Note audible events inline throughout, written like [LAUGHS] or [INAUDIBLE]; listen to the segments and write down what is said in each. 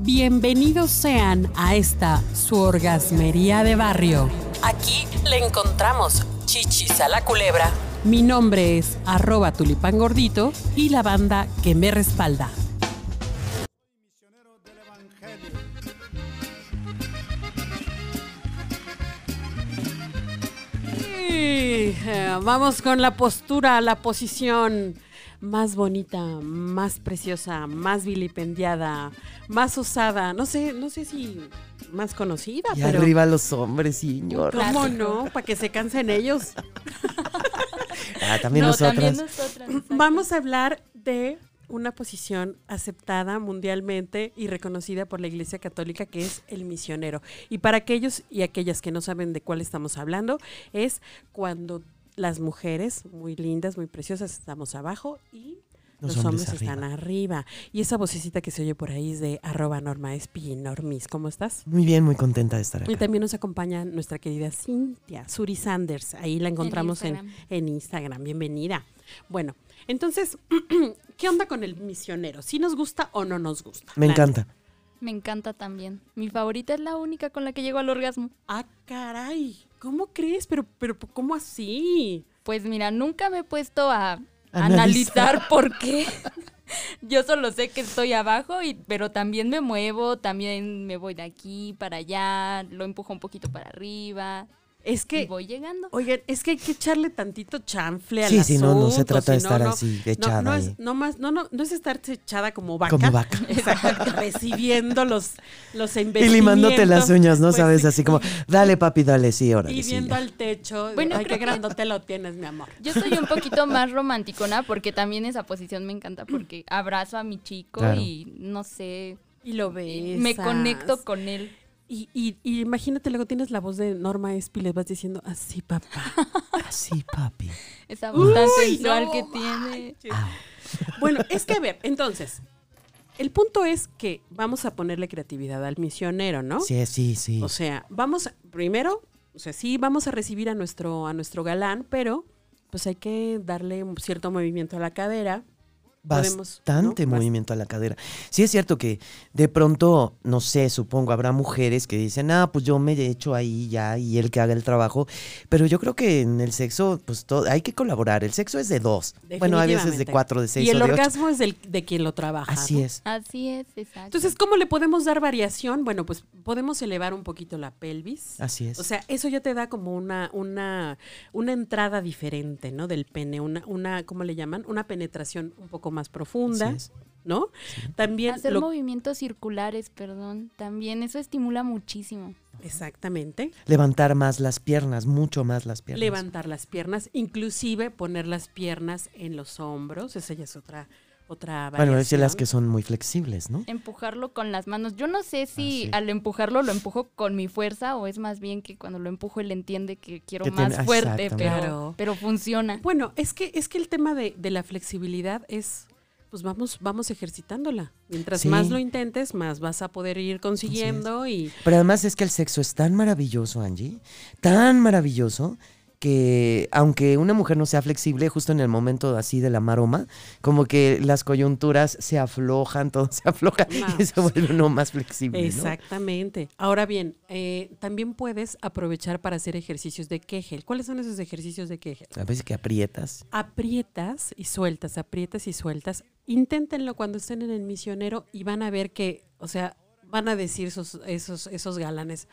Bienvenidos sean a esta su orgasmería de barrio. Aquí le encontramos chichis a la culebra. Mi nombre es arroba tulipán gordito y la banda que me respalda. Sí, eh, Vamos con la postura, la posición más bonita, más preciosa, más vilipendiada, más usada, no sé, no sé si más conocida, Y pero arriba los hombres, señor. ¿cómo no? Para que se cansen ellos. Ah, también no, nosotras. también nosotras. exacto. Vamos a hablar de una posición aceptada mundialmente y reconocida por la Iglesia Católica que es el misionero. Y para aquellos y aquellas que no saben de cuál estamos hablando, es cuando las mujeres muy lindas, muy preciosas, estamos abajo y los, Los hombres, hombres están arriba. Y esa vocecita que se oye por ahí es de arroba norma Espi, normis. ¿Cómo estás? Muy bien, muy contenta de estar Y acá. también nos acompaña nuestra querida Cintia Suri Sanders. Ahí la encontramos en Instagram. Instagram. En, Instagram. Bienvenida. Bueno, entonces, [CLEARS THROAT] ¿qué onda con el misionero? ¿Si nos gusta o no nos gusta? Me La- encanta. Me encanta también. Mi favorita es la única con la que llego al orgasmo. Ah, caray. ¿Cómo crees? Pero, pero, ¿cómo así? Pues mira, nunca me he puesto a Analizar. analizar por qué. [LAUGHS] Yo solo sé que estoy abajo, y, pero también me muevo, también me voy de aquí para allá, lo empujo un poquito para arriba Es y que, voy llegando. oigan, es que hay que echarle tantito chanfle al Sí, sí, no, no se asunto, trata de si no, estar no- así, No, echada no ahí. es, no, más, no, no, no es estarse echada como vaca. Como vaca. [LAUGHS] Exacto, recibiendo los, los Y limándote embestimientos. las uñas, ¿no? Pues Sabes, sí. así como, dale papi, dale, sí, ahora. Y viendo al techo. Bueno, ay, qué creo que- grandote lo tienes, mi amor. Yo soy un poquito más romanticona porque también esa posición me encanta porque abrazo a mi chico Claro. y no sé, Y lo ves. me conecto con él. Y, y- y imagínate, luego tienes la voz de Norma Espi y les vas diciendo así, papá. [LAUGHS] Así, Ah, papi. Esa voz tan Uy, sensual no que tiene. Ah. bueno, es que a ver, entonces, el punto es que vamos a ponerle creatividad al misionero, ¿no? Sí, sí, sí. O sea, vamos, a- primero, o sea, sí, vamos a recibir a nuestro, a nuestro galán, pero pues hay que darle un cierto movimiento a la cadera. podemos, Bastante ¿no? Bast- movimiento a la cadera. Sí es cierto que de pronto, no sé, supongo, habrá mujeres que dicen, ah, pues yo me echo ahí ya y él que haga el trabajo. Pero yo creo que en el sexo, pues todo, hay que colaborar. El sexo es de dos. Bueno, a veces de Definitivamente. cuatro, de seis Y el o de ocho. orgasmo es del, de quien lo trabaja. Así ¿no? es. Así es, exacto. Entonces, ¿cómo le podemos dar variación? Bueno, pues podemos elevar un poquito la pelvis. Así es. O sea, eso ya te da como una, una, una entrada diferente, ¿no? Del pene, una, una, ¿cómo le llaman? Una penetración un poco más profunda, Así es. ¿no? También Hacer lo- movimientos circulares, perdón, también eso estimula muchísimo. exactamente. Levantar más las piernas, mucho más las piernas. Levantar las piernas, inclusive poner las piernas en los hombros, esa ya es otra, otra variación. Bueno, es de las que son muy flexibles, ¿no? Empujarlo con las manos. Yo no sé si sí. al empujarlo lo empujo con mi fuerza o es más bien que cuando lo empujo él entiende que quiero Que más tiene- fuerte, exactamente. pero, Claro. Pues, pero funciona. Bueno, es que, es que el tema de, de la flexibilidad es, pues vamos, vamos ejercitándola. Mientras Sí. más lo intentes, más vas a poder ir consiguiendo y Pero además es que el sexo es tan maravilloso, Angie, tan maravilloso, que aunque una mujer no sea flexible, justo en el momento así de la maroma, como que las coyunturas se aflojan, [LAUGHS] todo se afloja y se vuelve uno más flexible. ¿no? Exactamente. Ahora bien, eh, también puedes aprovechar para hacer ejercicios de Kegel. ¿Cuáles son esos ejercicios de Kegel? A veces [LAUGHS] que aprietas. Aprietas y sueltas, aprietas y sueltas. Inténtenlo cuando estén en el misionero y van a ver que, o sea, van a decir esos, esos, esos galanes,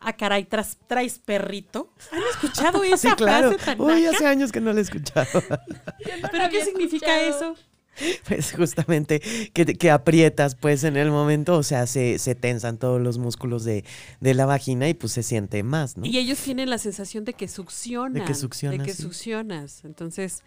ah, caray, tras- traes perrito. ¿Han escuchado [LAUGHS] Sí, esa claro. frase tan Uy, naca? hace años que no la he escuchado. ¿Pero qué había significa escuchado. eso? [LAUGHS] Pues justamente que, te- que aprietas pues en el momento, o sea, se, se tensan todos los músculos de, de la vagina y pues se siente más, ¿no? Y ellos tienen la sensación de que succionan. De que succionas, de que sí. succionas. Entonces,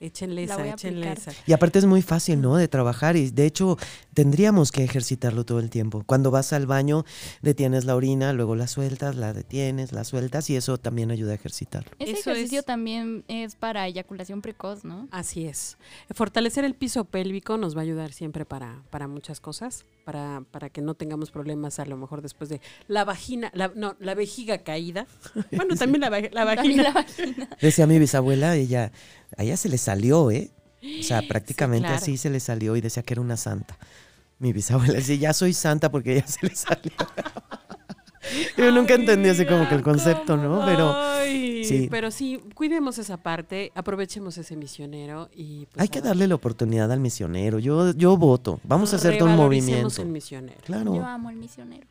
échenle La esa, voy a échenle aplicar. esa. Y aparte es muy fácil, ¿no? De trabajar y de hecho tendríamos que ejercitarlo todo el tiempo. Cuando vas al baño, detienes la orina, luego la sueltas, la detienes, la sueltas y eso también ayuda a ejercitarlo. Ese Eso ejercicio es. también es para eyaculación precoz, ¿no? Así es. Fortalecer el piso pélvico nos va a ayudar siempre para, para muchas cosas, para, para que no tengamos problemas a lo mejor después de la vagina, la, no, la vejiga [LAUGHS] caída. Bueno, también la, va- la vagina. También la vagina. Decía mi bisabuela, ella, [GASPS] a ella se le salió, ¿eh? O sea, prácticamente claro. así se le salió y decía que era una santa. Mi bisabuela dice, ya soy santa porque ya se le salió. [LAUGHS] Yo nunca entendí así como que el concepto, ¿no? Pero Ay, sí. Pero sí, cuidemos esa parte, aprovechemos ese misionero y. pues, hay que nada, darle la oportunidad al misionero. Yo, yo voto. Vamos a hacer todo un revaloricemos movimiento. el misionero. Yo Claro. amo al misionero.